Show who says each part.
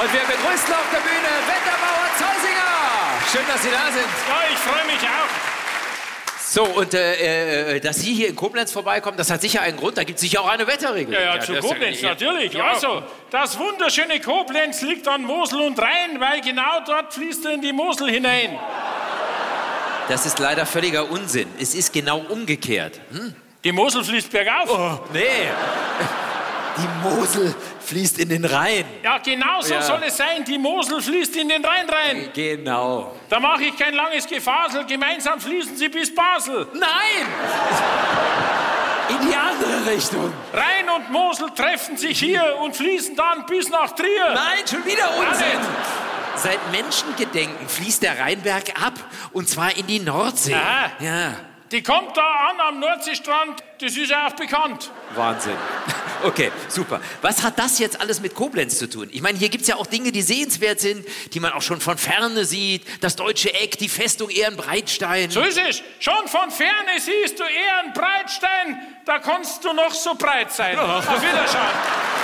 Speaker 1: Und wir begrüßen auf der Bühne Wetterbauer Zeusinger. Schön, dass Sie da sind.
Speaker 2: Ja, ich freue mich auch.
Speaker 1: So, und äh, äh, dass Sie hier in Koblenz vorbeikommen, das hat sicher einen Grund. Da gibt es sicher auch eine Wetterregel.
Speaker 2: Ja, ja, zu
Speaker 1: das-
Speaker 2: Koblenz,
Speaker 1: ja.
Speaker 2: natürlich.
Speaker 1: Ja.
Speaker 2: Also, das wunderschöne Koblenz liegt an Mosel und Rhein, weil genau dort fließt er in die Mosel hinein.
Speaker 1: Das ist leider völliger Unsinn. Es ist genau umgekehrt.
Speaker 2: Die Mosel fließt bergauf.
Speaker 1: Nee. Die Mosel fließt in den Rhein.
Speaker 2: Ja, genau so
Speaker 1: Ja.
Speaker 2: soll es sein. Die Mosel fließt in den Rhein rein.
Speaker 1: Genau.
Speaker 2: Da mache ich kein langes Gefasel. Gemeinsam fließen sie bis Basel.
Speaker 1: Nein! In die andere Richtung.
Speaker 2: Rhein und Mosel treffen sich hier und fließen dann bis nach Trier.
Speaker 1: Nein, schon wieder Unsinn.
Speaker 2: Nein.
Speaker 1: Seit Menschengedenken fließt der Rheinberg ab. Und zwar in die Nordsee.
Speaker 2: Aha.
Speaker 1: Ja.
Speaker 2: Die kommt da an am Nordseestrand. Das ist ja auch bekannt.
Speaker 1: Wahnsinn. Okay, super. Was hat das jetzt alles mit Koblenz zu tun? Ich meine, hier gibt es ja auch Dinge, die sehenswert sind, die man auch schon von Ferne sieht. Das Deutsche Eck, die Festung Ehrenbreitstein.
Speaker 2: So ist es. Schon von Ferne siehst du eher einen Breitstein. Da kannst du noch so breit sein. Auf Wiederschauen.